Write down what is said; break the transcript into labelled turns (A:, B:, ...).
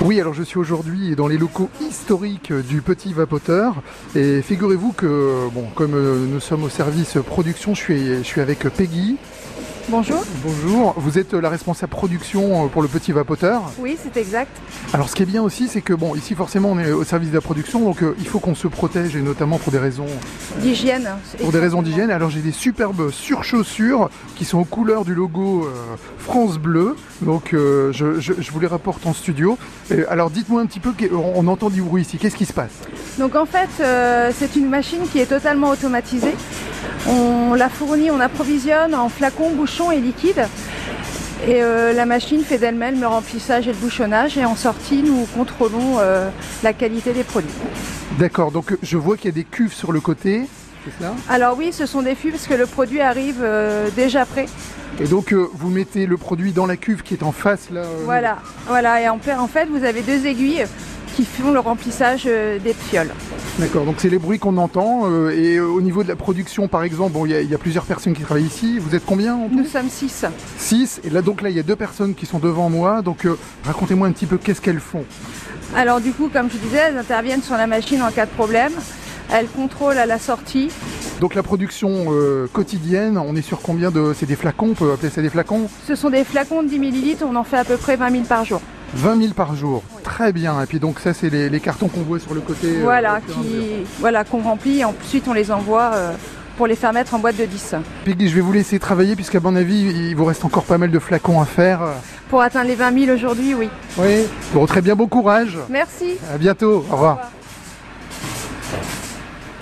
A: Oui, alors je suis aujourd'hui dans les locaux historiques du Petit Vapoteur et figurez-vous que, bon, comme euh, nous sommes au service production, je suis, je suis avec Peggy.
B: Bonjour.
A: Bonjour, vous êtes la responsable production euh, pour le Petit Vapoteur.
B: Oui, c'est exact.
A: Alors ce qui est bien aussi, c'est que, bon, ici forcément on est au service de la production, donc euh, il faut qu'on se protège et notamment pour des raisons,
B: D'hygiène.
A: pour des raisons d'hygiène. Alors j'ai des superbes surchaussures qui sont aux couleurs du logo euh, France Bleu, donc euh, je, je- je vous les rapporte en studio. Et alors dites-moi un petit peu, qu'est- on on entend du bruit ici, qu'est-ce qui se passe
B: Donc en fait, euh, c'est une machine qui est totalement automatisée. On la fournit, on approvisionne en flacons, bouchons et liquides. Et euh, la machine fait d'elle-même le remplissage et le bouchonnage. Et en sortie, nous contrôlons euh, la qualité des produits.
A: D'accord, donc je vois qu'il y a des cuves sur le côté. C'est ça
B: Alors oui, ce sont des fûts parce que le produit arrive euh, déjà prêt.
A: Et donc euh, vous mettez le produit dans la cuve qui est en face là. euh,
B: Voilà, voilà. Et en, pa- en fait, vous avez deux aiguilles qui font le remplissage euh, des fioles.
A: D'accord, donc c'est les bruits qu'on entend. euh, et euh, au niveau de la production par exemple, bon il y, a- il y a plusieurs personnes qui travaillent ici. Vous êtes combien en
B: Nous
A: tout
B: sommes six.
A: Six. Et là donc là il y a deux personnes qui sont devant moi. Donc euh, racontez-moi un petit peu qu'est-ce qu'elles font.
B: Alors du coup, comme je disais, elles interviennent sur la machine en cas de problème. Elles contrôlent à la sortie.
A: Donc la production euh, quotidienne, on est sur combien de... C'est des flacons, on peut appeler ça des flacons
B: Ce sont des flacons de 10 millilitres, on en fait à peu près 20 000 par jour.
A: 20 000 par jour. Très bien. Et puis donc ça c'est les, les cartons qu'on voit sur le côté. euh,
B: voilà,
A: au fur et à mesure.
B: qui, voilà, qu'on remplit et ensuite on les envoie euh, pour les faire mettre en boîte de 10.
A: Peggy, je vais vous laisser travailler puisqu'à mon avis, il vous reste encore pas mal de flacons à faire.
B: Pour atteindre les 20 000 aujourd'hui, oui.
A: Oui. Bon, très bien, bon courage.
B: Merci.
A: À bientôt. Au revoir.
B: revoir.